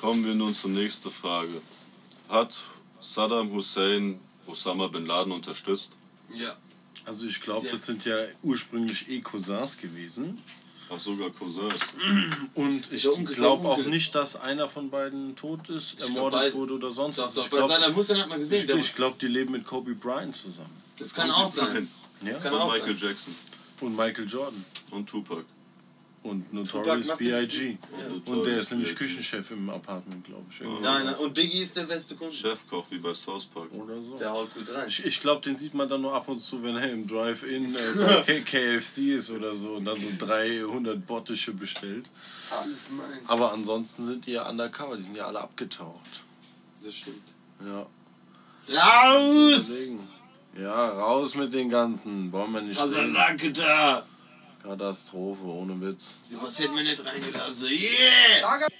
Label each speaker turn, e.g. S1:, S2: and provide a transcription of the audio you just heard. S1: Kommen wir nun zur nächsten Frage. Hat Saddam Hussein Osama bin Laden unterstützt?
S2: Ja.
S3: Also ich glaube,
S2: Ja.
S3: das sind ja ursprünglich eh Cousins gewesen.
S1: Ach, sogar Cousins.
S3: Und ich
S2: Der Onkel-
S3: glaube
S2: der
S3: auch
S2: Onkel-
S3: nicht, dass einer von beiden tot ist,
S2: glaub,
S3: ermordet
S2: beide-
S3: wurde oder sonst
S2: Doch,
S3: was.
S2: doch,
S3: ich
S2: bei
S3: glaube,
S2: seiner Hussein hat man gesehen.
S3: ich,
S2: Der,
S3: ich glaub, die leben mit Kobe Bryant zusammen.
S2: das kann auch sein.
S1: Nein.
S3: Ja?
S2: kann
S1: Und
S2: auch
S1: Michael
S2: sein.
S1: Jackson
S3: Und Michael Jordan.
S1: und Tupac.
S3: Und
S2: Tupac
S3: Notorious
S2: macht den-
S3: B.I.G. Und der ist nämlich Küchenchef im Apartment, glaube ich. irgendwie.
S2: Nein, nein, und Biggie ist der beste Kunde.
S1: Chefkoch wie bei South Park.
S3: Oder so.
S2: Der haut gut rein.
S3: Ich, ich glaube, den sieht man dann nur ab und zu, wenn er im Drive-In äh, bei K- KFC ist oder so und dann so 300 Bottische bestellt.
S2: Alles meins.
S3: Aber ansonsten sind die ja undercover, die sind ja alle abgetaucht.
S2: das stimmt.
S3: Ja.
S2: Raus!
S3: Deswegen. Ja, raus mit den ganzen. Wollen wir nicht
S2: Also
S3: sehen.
S2: Lacke da!
S3: Katastrophe, ohne Witz.
S2: Was hätten wir nicht reingelassen? Yeah!